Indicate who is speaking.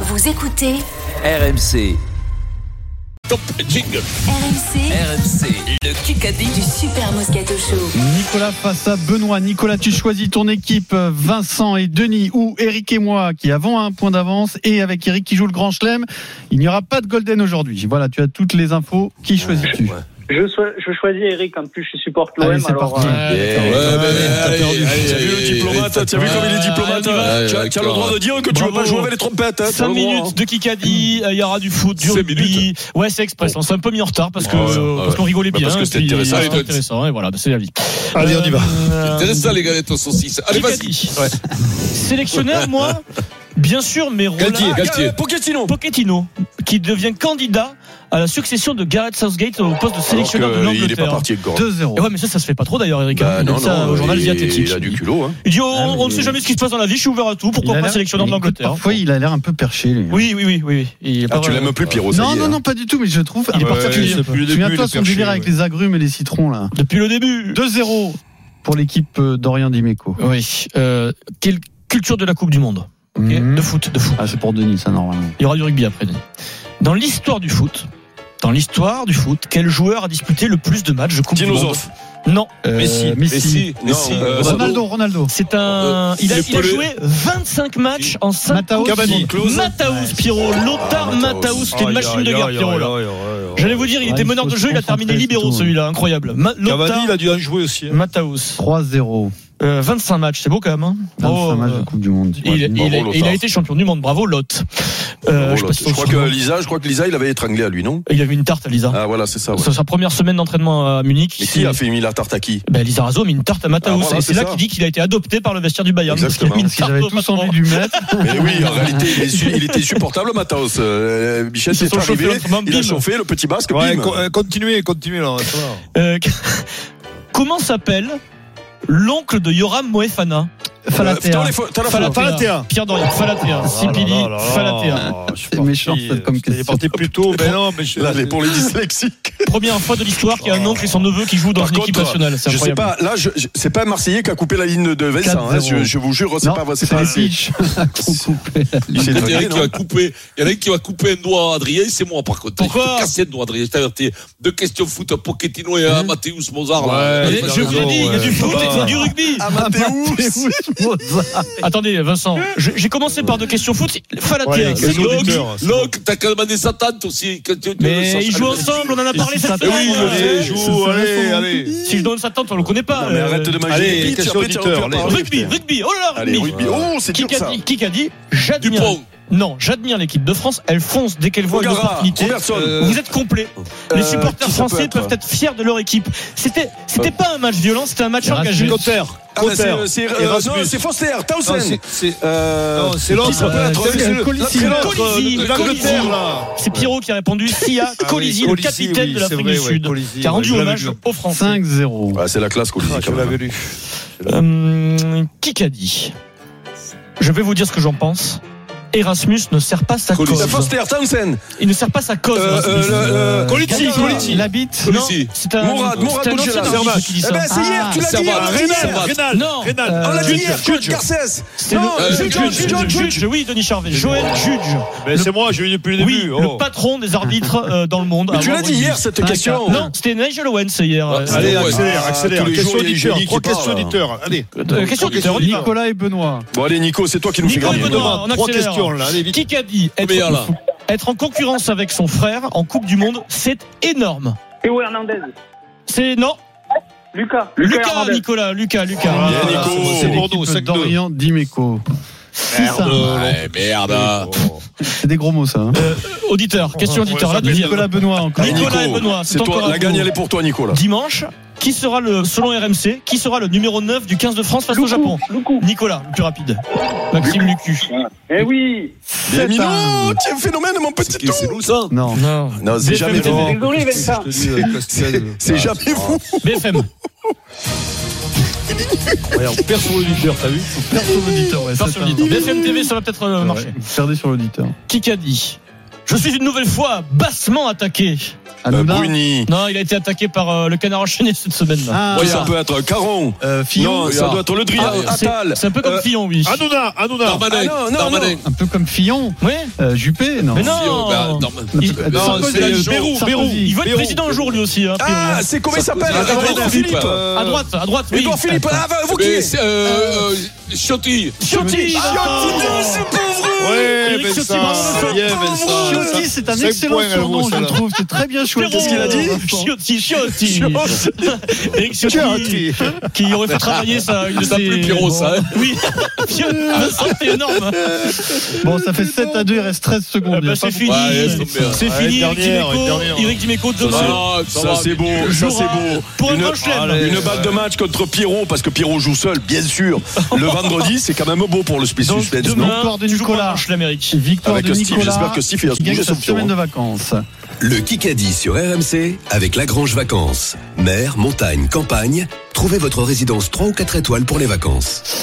Speaker 1: Vous écoutez
Speaker 2: RMC,
Speaker 3: Top jingle.
Speaker 1: RMC,
Speaker 2: RMC, le Kikadi
Speaker 1: du Super Moscato Show.
Speaker 4: Nicolas face à Benoît. Nicolas, tu choisis ton équipe, Vincent et Denis, ou Eric et moi, qui avons un point d'avance, et avec Eric qui joue le grand chelem. Il n'y aura pas de Golden aujourd'hui. Voilà, tu as toutes les infos. Qui choisis-tu
Speaker 5: Je, soi- je choisis Eric, en plus je supporte l'OM.
Speaker 4: Allez, c'est
Speaker 5: alors,
Speaker 4: parti.
Speaker 5: euh,
Speaker 3: Ouais,
Speaker 6: Ouais,
Speaker 4: Ah,
Speaker 6: Ah,
Speaker 3: bah, allez,
Speaker 6: perdu.
Speaker 3: allez,
Speaker 6: T'as vu
Speaker 3: allez,
Speaker 6: le diplomate,
Speaker 3: allez,
Speaker 6: t'as vu
Speaker 3: allez,
Speaker 6: comme il est diplomate.
Speaker 3: allez,
Speaker 6: Tu as- Tu as le
Speaker 3: d'accord.
Speaker 6: droit de dire que tu veux pas jouer avec les trompettes. hein, t'as
Speaker 7: 5
Speaker 6: le droit,
Speaker 7: minutes de Kikadi, euh, il y aura du foot, du
Speaker 6: Cinq
Speaker 7: rugby.
Speaker 6: minutes.
Speaker 7: Ouais, c'est express. On s'est un peu mis en retard parce que
Speaker 6: Ah ouais,
Speaker 7: euh,
Speaker 6: ah
Speaker 7: parce
Speaker 6: ouais.
Speaker 7: qu'on rigolait
Speaker 6: Bah,
Speaker 7: bien.
Speaker 6: parce que c'était
Speaker 7: et puis,
Speaker 6: intéressant,
Speaker 7: euh,
Speaker 6: les
Speaker 7: c'était
Speaker 6: Duns.
Speaker 7: intéressant. Et voilà, bah, c'est la vie.
Speaker 6: hein. Allez, on y va.
Speaker 7: Euh,
Speaker 3: Intéresse ça, les galettes aux saucisses. Allez, vas-y.
Speaker 7: Kikadi. Sélectionneur, moi, bien sûr, mais
Speaker 3: Galtier,
Speaker 7: Roland
Speaker 3: Galtier.
Speaker 6: Pochettino.
Speaker 7: Pochettino, qui devient candidat à la succession de Gareth Southgate au poste de sélectionneur de
Speaker 6: Donc, euh, Il est pas
Speaker 7: l'Angleterre.
Speaker 6: parti encore.
Speaker 4: 2-0.
Speaker 7: Et ouais, mais ça, ça se fait pas trop d'ailleurs, Eric.
Speaker 6: Bah,
Speaker 7: hein. Il
Speaker 6: non,
Speaker 7: donne ça
Speaker 6: non,
Speaker 7: au journal
Speaker 6: il-
Speaker 7: The Athletic.
Speaker 6: Il a du culot. hein.
Speaker 7: Il dit, oh,
Speaker 4: Ah, mais-
Speaker 7: on ne sait jamais ce qui se passe dans la vie, je suis ouvert à
Speaker 4: Il
Speaker 7: tout,
Speaker 4: a
Speaker 7: pourquoi pas
Speaker 4: l'air-
Speaker 7: sélectionneur de
Speaker 4: Mais écoute,
Speaker 7: l'Angleterre hein.
Speaker 4: Parfois, il a l'air un peu perché, lui.
Speaker 7: Oui, oui, oui, oui. Il est
Speaker 6: Ah,
Speaker 7: pas
Speaker 6: tu
Speaker 7: vraiment-
Speaker 6: l'aimes plus, Pierrot. ça
Speaker 4: Non,
Speaker 6: y est,
Speaker 4: non,
Speaker 6: hein.
Speaker 4: non, pas du tout, mais je trouve.
Speaker 7: Il est
Speaker 4: Ah,
Speaker 7: particulier.
Speaker 4: ouais,
Speaker 7: Depuis le
Speaker 4: Souviens-toi son délire avec les agrumes et les citrons, là.
Speaker 7: Depuis le début.
Speaker 4: 2-0 pour l'équipe euh, d'Orient Dimeco.
Speaker 7: Oui. euh, quelle culture de la Coupe du Monde ok
Speaker 4: Mhm.
Speaker 7: De foot, de foot.
Speaker 4: Ah, c'est pour Denis, ça, normalement.
Speaker 7: Il y aura du rugby après. Dans l'histoire du foot, dans l'histoire du foot, quel joueur a disputé le plus de matchs de Coupe du Monde
Speaker 6: Dinosaure.
Speaker 7: Non,
Speaker 4: Euh,
Speaker 6: Messi.
Speaker 4: Messi.
Speaker 6: Non, euh,
Speaker 4: Ronaldo, Ronaldo.
Speaker 7: c'est un.
Speaker 6: Euh,
Speaker 7: il, a,
Speaker 6: le
Speaker 7: il a
Speaker 6: Pelé.
Speaker 7: joué 25 matchs en 5
Speaker 4: Mataos.
Speaker 6: Cavani. Klose.
Speaker 7: Mataus, Pierrot, Lothar
Speaker 6: Mataos.
Speaker 7: Mataus, c'était une machine de guerre, Pierrot. là. J'allais vous dire, il
Speaker 4: Ah,
Speaker 7: était
Speaker 4: il
Speaker 7: meneur
Speaker 4: faut
Speaker 7: de
Speaker 4: se
Speaker 7: jeu, il a terminé
Speaker 4: concentrer,
Speaker 7: libéraux
Speaker 4: surtout.
Speaker 7: celui-là, incroyable. Ma- Lothar
Speaker 6: a dû en jouer aussi.
Speaker 7: hein. Mataus,
Speaker 4: 3-0.
Speaker 7: Euh, 25 matchs, c'est beau quand même. Hein
Speaker 4: 25
Speaker 7: Bravo,
Speaker 4: matchs
Speaker 7: euh,
Speaker 4: de Coupe du Monde.
Speaker 7: Il,
Speaker 6: Ouais,
Speaker 7: il-
Speaker 6: bravo,
Speaker 7: il-
Speaker 6: Lothar.
Speaker 7: il a été champion du monde, bravo Lot. Euh, je sais pas si
Speaker 6: Je crois
Speaker 7: on se
Speaker 6: que
Speaker 7: souvient.
Speaker 6: Lisa, je crois que Lisa, il avait étranglé à lui, non
Speaker 7: il avait une tarte à Lisa.
Speaker 6: Ah voilà, c'est ça. ouais.
Speaker 7: C'est sa première semaine d'entraînement à Munich.
Speaker 6: Mais qui a fait mis la tarte à qui
Speaker 7: ben, Lisa Razzo a mis une tarte à Mataus.
Speaker 6: Ah, voilà,
Speaker 7: et c'est
Speaker 6: c'est
Speaker 7: là
Speaker 6: ça.
Speaker 7: qu'il dit qu'il a été adopté par le vestiaire du Bayern. parce qu'il a mis une
Speaker 4: Parce qu'ils
Speaker 7: tarte
Speaker 4: avaient
Speaker 7: au
Speaker 4: tous
Speaker 7: patron.
Speaker 4: envie de lui mettre.
Speaker 6: Mais oui, en réalité, il, est su- il était insupportable, Mataos. Euh, Michel
Speaker 7: Ils se
Speaker 6: est
Speaker 7: sont chauffés
Speaker 6: arrivé,
Speaker 7: lentement,
Speaker 6: il a
Speaker 7: bim.
Speaker 6: chauffé le petit basque. bim.
Speaker 8: hein. continuez, continuez là.
Speaker 7: Euh, Comment s'appelle l'oncle de Yoram Moefana
Speaker 4: Euh,
Speaker 6: Putain,
Speaker 4: Falater.
Speaker 6: les fo- t'as la
Speaker 7: Falatea.
Speaker 6: faute.
Speaker 8: Falatea.
Speaker 7: Pierre Dorian,
Speaker 4: Oh
Speaker 7: Falatea, Sipili, Falatea.
Speaker 4: C'est méchant, ça, comme
Speaker 8: Il est
Speaker 4: question.
Speaker 8: Ah, parti plus tôt, mais non, mais je-
Speaker 6: Là, les- pour les dyslexiques.
Speaker 7: Première fois de l'histoire qu'il y a un oncle et son neveu qui jouent dans
Speaker 6: Par
Speaker 7: une équipe
Speaker 6: contre,
Speaker 7: nationale. C'est
Speaker 6: Je sais
Speaker 7: incroyable.
Speaker 6: pas, là, je- je- c'est pas un Marseillais qui a coupé la ligne de Vincent. hein,
Speaker 4: 4-0.
Speaker 6: je, je vous jure, c'est
Speaker 4: Non,
Speaker 6: pas, c'est
Speaker 4: c'est
Speaker 6: pas
Speaker 4: les
Speaker 6: assez.
Speaker 4: pitchs qui ont coupé.
Speaker 6: C'est
Speaker 3: Il y en a
Speaker 6: dingue,
Speaker 3: un qui
Speaker 6: non
Speaker 3: va couper. Il y en a un qui va couper un doigt à Adrien, c'est moi par contre.
Speaker 7: Pourquoi
Speaker 3: Je vais te casser le doigt, Adrien, je t'avertis. Deux questions foot à Pochettino et à Mathéus Mozart. là.
Speaker 8: Ouais,
Speaker 6: euh,
Speaker 7: Et Euh, Je vous l'ai dit, il y a du foot et il y a
Speaker 4: Ah.
Speaker 7: du rugby.
Speaker 6: Ah.
Speaker 4: Mathéus Mozart.
Speaker 7: Attendez, Vincent, je- j'ai commencé par deux questions foot. Falatea,
Speaker 8: Ouais, les
Speaker 7: hein. c'est
Speaker 8: questions
Speaker 7: l'oncle.
Speaker 8: auditeurs, c'est bon.
Speaker 3: Locke, t'as qu'à demander sa tante aussi. que tu- tu le sens.
Speaker 7: Mais ils jouent ensemble, on en a parlé cette
Speaker 4: s'appelle- Ah
Speaker 7: semaine.
Speaker 4: Oui,
Speaker 7: hein.
Speaker 8: Allez,
Speaker 4: joue,
Speaker 8: joue, allez,
Speaker 4: allez,
Speaker 8: allez.
Speaker 7: Si je donne sa tante, on le connaît pas.
Speaker 6: Non, mais
Speaker 7: Euh,
Speaker 6: arrête de manger.
Speaker 8: Allez,
Speaker 6: les pitchs,
Speaker 8: question
Speaker 6: après, tu vas en
Speaker 8: auditeur,
Speaker 6: faire
Speaker 8: allez.
Speaker 6: parler.
Speaker 7: Rugby, rugby, oh là là,
Speaker 6: Allez,
Speaker 7: rugby.
Speaker 6: rugby. Oh, c'est
Speaker 7: Qui
Speaker 6: dur
Speaker 7: qu'a
Speaker 6: ça.
Speaker 7: dit, qui qu'a dit J'admire.
Speaker 3: Dupont.
Speaker 7: Non, j'admire l'équipe de France. Elle fonce dès qu'elle voit une
Speaker 6: Ogara,
Speaker 7: opportunité.
Speaker 6: Robertson.
Speaker 7: Vous êtes complet. Les
Speaker 6: Euh,
Speaker 7: supporters
Speaker 6: qui ça peut
Speaker 7: français
Speaker 6: être
Speaker 7: peuvent être fiers de leur équipe. C'était, c'était pas un match violent, c'était un match engagé.
Speaker 8: Cotter,
Speaker 6: Ah, mais
Speaker 8: Cotter.
Speaker 6: c'est- c'est- euh,
Speaker 8: Erasmus.
Speaker 6: non, c'est Foster,
Speaker 8: Non,
Speaker 6: Townsend.
Speaker 8: c'est- c'est-
Speaker 6: Euh,
Speaker 8: non, c'est l'autre.
Speaker 6: qui ça peut être
Speaker 8: C'est- c'est le-
Speaker 4: Colisi.
Speaker 8: c'est l'autre,
Speaker 7: Colisi,
Speaker 8: euh, l'Angleterre,
Speaker 7: Colisi.
Speaker 8: là.
Speaker 7: C'est Pierrot qui a répondu. Sia
Speaker 8: Ah oui,
Speaker 7: Colisi, le
Speaker 8: Colisi,
Speaker 7: capitaine de
Speaker 8: oui, c'est
Speaker 7: l'Afrique
Speaker 8: vrai,
Speaker 7: du
Speaker 8: ouais,
Speaker 7: Sud,
Speaker 8: Colisi,
Speaker 7: qui a
Speaker 8: ouais,
Speaker 7: rendu
Speaker 8: je l'avais
Speaker 7: hommage
Speaker 8: vu.
Speaker 7: aux Français.
Speaker 4: 5-0.
Speaker 6: Ouais, c'est la classe qu'on
Speaker 8: Ah, je l'avais lu.
Speaker 7: Euh, qui qu'a dit Je vais vous dire ce que j'en pense. Erasmus ne sert pas sa
Speaker 6: Colisi.
Speaker 7: cause.
Speaker 6: Foster, Townsend.
Speaker 7: Il ne sert pas sa cause.
Speaker 6: Euh,
Speaker 7: Erasmus.
Speaker 6: euh, le- le-
Speaker 8: Colizzi,
Speaker 7: Gaga.
Speaker 8: Colizzi.
Speaker 4: Il habite.
Speaker 7: Non,
Speaker 3: Colizzi.
Speaker 7: c'est un,
Speaker 6: Mourad, Mourad
Speaker 7: c'est un ancien
Speaker 6: Boudjelal.
Speaker 7: arbitrage qui dit
Speaker 6: Eh
Speaker 7: ça. Ah,
Speaker 6: ben, c'est hier, tu l'as dit.
Speaker 3: Servat.
Speaker 6: hier,
Speaker 3: Renal.
Speaker 6: Renal.
Speaker 8: Rénal,
Speaker 7: Non,
Speaker 8: Rénal.
Speaker 7: euh,
Speaker 6: On l'a dit
Speaker 7: Jude,
Speaker 6: hier, Jude Garcès.
Speaker 7: C'est
Speaker 6: Non,
Speaker 7: le-
Speaker 3: euh,
Speaker 6: Jude,
Speaker 7: Jude,
Speaker 6: Jude, Jude, oh. Jude.
Speaker 7: oui, Denis Charvet. Joël Juge.
Speaker 8: Mais c'est moi, je l'ai lu depuis le
Speaker 7: Oui,
Speaker 8: début.
Speaker 7: le
Speaker 8: oh.
Speaker 7: patron des arbitres euh, dans le monde.
Speaker 6: Mais tu
Speaker 7: Ah,
Speaker 6: l'as
Speaker 7: bon,
Speaker 6: dit
Speaker 7: oui.
Speaker 6: hier, cette
Speaker 4: Ah,
Speaker 6: question.
Speaker 7: Non, c'était Nigel Owens hier.
Speaker 3: Ouais,
Speaker 7: Euh,
Speaker 3: c'est
Speaker 8: Allez,
Speaker 3: Ah,
Speaker 8: accélère, accélère.
Speaker 6: tous les
Speaker 8: Question
Speaker 6: jours, il y a des
Speaker 8: auditeur,
Speaker 6: génies qui
Speaker 8: trois questions
Speaker 6: parlent, là.
Speaker 8: auditeurs. Allez.
Speaker 7: euh, question du terrain, on y va.
Speaker 4: Nicolas et Benoît.
Speaker 6: Bon, allez, Nico, c'est toi qui nous fais
Speaker 7: Nicolas
Speaker 6: gagner.
Speaker 7: Benoît.
Speaker 8: Thomas,
Speaker 7: on
Speaker 8: Trois
Speaker 7: accélère.
Speaker 8: questions, là. Allez, vite.
Speaker 7: Qui qu'a dit
Speaker 3: Meilleur, là.
Speaker 7: être, être en concurrence avec son frère en Coupe du Monde, c'est énorme.
Speaker 5: Théo Hernandez,
Speaker 7: C'est non,
Speaker 5: Lucas.
Speaker 7: Lucas,
Speaker 5: Hernandez.
Speaker 7: Nicolas, Lucas, Lucas.
Speaker 4: Ah,
Speaker 6: Bien, Nico.
Speaker 4: C'est
Speaker 8: Bordeaux,
Speaker 4: l'équipe
Speaker 8: 5-2.
Speaker 4: d'Orient Dimeco. C'est ça.
Speaker 3: Ouais, merde. hein.
Speaker 4: C'est des gros mots, ça. hein.
Speaker 7: Auditeur, question auditeur. Là, tu dis-
Speaker 4: Nicolas Benoît encore.
Speaker 7: Euh, Nico- Nicolas et Benoît, c'est
Speaker 6: c'est toi.
Speaker 7: encore un
Speaker 6: La gagne,
Speaker 7: coup.
Speaker 6: elle est pour toi, Nico. là.
Speaker 7: dimanche, qui sera le, selon RMC, qui sera le numéro 9 du 15 de France face au Japon
Speaker 5: Lucou.
Speaker 7: Nicolas, le plus rapide. Maxime Lucu.
Speaker 5: Eh oui.
Speaker 6: Bien,
Speaker 4: C'est
Speaker 6: Mino,
Speaker 4: un-
Speaker 6: tu es un phénomène, mon petit
Speaker 3: C'est- C'est
Speaker 6: tout.
Speaker 3: nous ça
Speaker 4: Non.
Speaker 7: Non.
Speaker 6: Non, c'est jamais
Speaker 5: T'es
Speaker 6: vous.
Speaker 4: Oh,
Speaker 5: désolé, Vincent.
Speaker 6: C'est c'est jamais vous.
Speaker 7: BFM.
Speaker 8: Regarde, on perd sur l'auditeur, t'as vu
Speaker 4: Perdre sur l'auditeur, ouais.
Speaker 7: Faire
Speaker 4: c'est
Speaker 7: sur
Speaker 4: un-
Speaker 7: l'auditeur. BFM TV, ça va peut-être euh,
Speaker 4: Ouais,
Speaker 7: marcher. Euh,
Speaker 4: Perdez sur l'auditeur.
Speaker 7: Qui qu'a dit Je suis une nouvelle fois bassement attaqué.
Speaker 4: Hanouna.
Speaker 6: Bruni.
Speaker 7: Non, il a été attaqué par euh, le canard enchaîné cette semaine.
Speaker 4: Ah,
Speaker 6: Ouais, ça peut être Caron.
Speaker 4: euh, Fillon.
Speaker 6: Non, ça doit être Le Drian.
Speaker 7: Ah, C'est
Speaker 6: Attal.
Speaker 7: c'est un peu comme
Speaker 6: Euh,
Speaker 7: Fillon, oui.
Speaker 8: Hanouna, Hanouna.
Speaker 6: Ah,
Speaker 3: Darmanin.
Speaker 6: non, non,
Speaker 3: Darmanin.
Speaker 4: Un peu comme Fillon.
Speaker 7: Ouais.
Speaker 4: Euh, Juppé, non.
Speaker 7: Mais
Speaker 3: Si, euh,
Speaker 7: non.
Speaker 3: bah, Darmanin.
Speaker 4: Il- euh,
Speaker 3: Non,
Speaker 4: Sarkozy,
Speaker 3: c'est
Speaker 4: Sarkozy.
Speaker 8: Bérou, Bérou.
Speaker 7: Il veut être
Speaker 8: Bérou.
Speaker 7: président un jour lui aussi. hein,
Speaker 6: Ah,
Speaker 7: Fillon.
Speaker 6: c'est comment il s'appelle
Speaker 3: Sarkozy.
Speaker 6: Edouard
Speaker 3: Edouard
Speaker 6: Philippe.
Speaker 3: Philippe.
Speaker 6: Euh,
Speaker 7: à droite, à droite. Oui.
Speaker 6: Edouard Philippe, ah, bah, vous qui
Speaker 3: Mais
Speaker 6: est
Speaker 3: c'est, euh, euh, Ciotti.
Speaker 7: Ciotti.
Speaker 8: Ouais,
Speaker 7: Eric
Speaker 8: Vincent.
Speaker 7: Ciotti, bravo,
Speaker 8: Ça y est, Vincent.
Speaker 4: Ciotti, c'est un
Speaker 8: Ah, Cinq
Speaker 4: excellent
Speaker 8: points,
Speaker 4: surnom,
Speaker 8: Galvo,
Speaker 4: je
Speaker 8: ça, là.
Speaker 4: trouve. C'est très bien choisi.
Speaker 7: Qu'est-ce qu'il a dit Ciotti, Ciotti. Eric Ciotti. Qui aurait fait travailler ça. une de
Speaker 3: Ça
Speaker 7: ses-
Speaker 3: pue Pierrot, ça, hein.
Speaker 7: Oui. Vincent, c'est énorme.
Speaker 4: Bon, ça fait 7 à 2, il reste 13
Speaker 7: Ah
Speaker 4: secondes. Il y
Speaker 7: bah,
Speaker 4: a
Speaker 7: c'est
Speaker 4: pas
Speaker 7: fini.
Speaker 3: Ouais, laisse tomber.
Speaker 7: c'est
Speaker 8: Ouais,
Speaker 7: fini.
Speaker 8: une
Speaker 7: Eric
Speaker 8: dernière, une
Speaker 7: Dimeco,
Speaker 8: dernière.
Speaker 7: Eric Dimeco demain.
Speaker 3: Non, Ah, ça
Speaker 6: Ça
Speaker 3: va,
Speaker 6: c'est
Speaker 3: mais-
Speaker 6: beau, ça
Speaker 7: Jouera
Speaker 6: c'est beau.
Speaker 7: pour un
Speaker 6: Une,
Speaker 7: grand chelem.
Speaker 6: Allez, une balle de match contre Pierrot parce que Pierrot joue seul, bien sûr. Le vendredi, c'est quand même beau pour le Space
Speaker 7: Donc,
Speaker 6: Suspense,
Speaker 7: demain,
Speaker 6: non
Speaker 4: Victoire de
Speaker 7: tu joues pour
Speaker 4: Nicolas.
Speaker 7: la manche, l'Amérique.
Speaker 4: Victoire
Speaker 6: Avec
Speaker 4: de
Speaker 6: Steve,
Speaker 4: Nicolas.
Speaker 6: j'espère que Steve, il va se
Speaker 4: qui gagne
Speaker 6: bouger
Speaker 4: sa
Speaker 6: son Pierrot.
Speaker 4: semaine de vacances.
Speaker 9: Le Kikadi sur RMC avec Lagrange Vacances. Mer, montagne, campagne, trouvez votre résidence 3 ou 4 étoiles pour les vacances.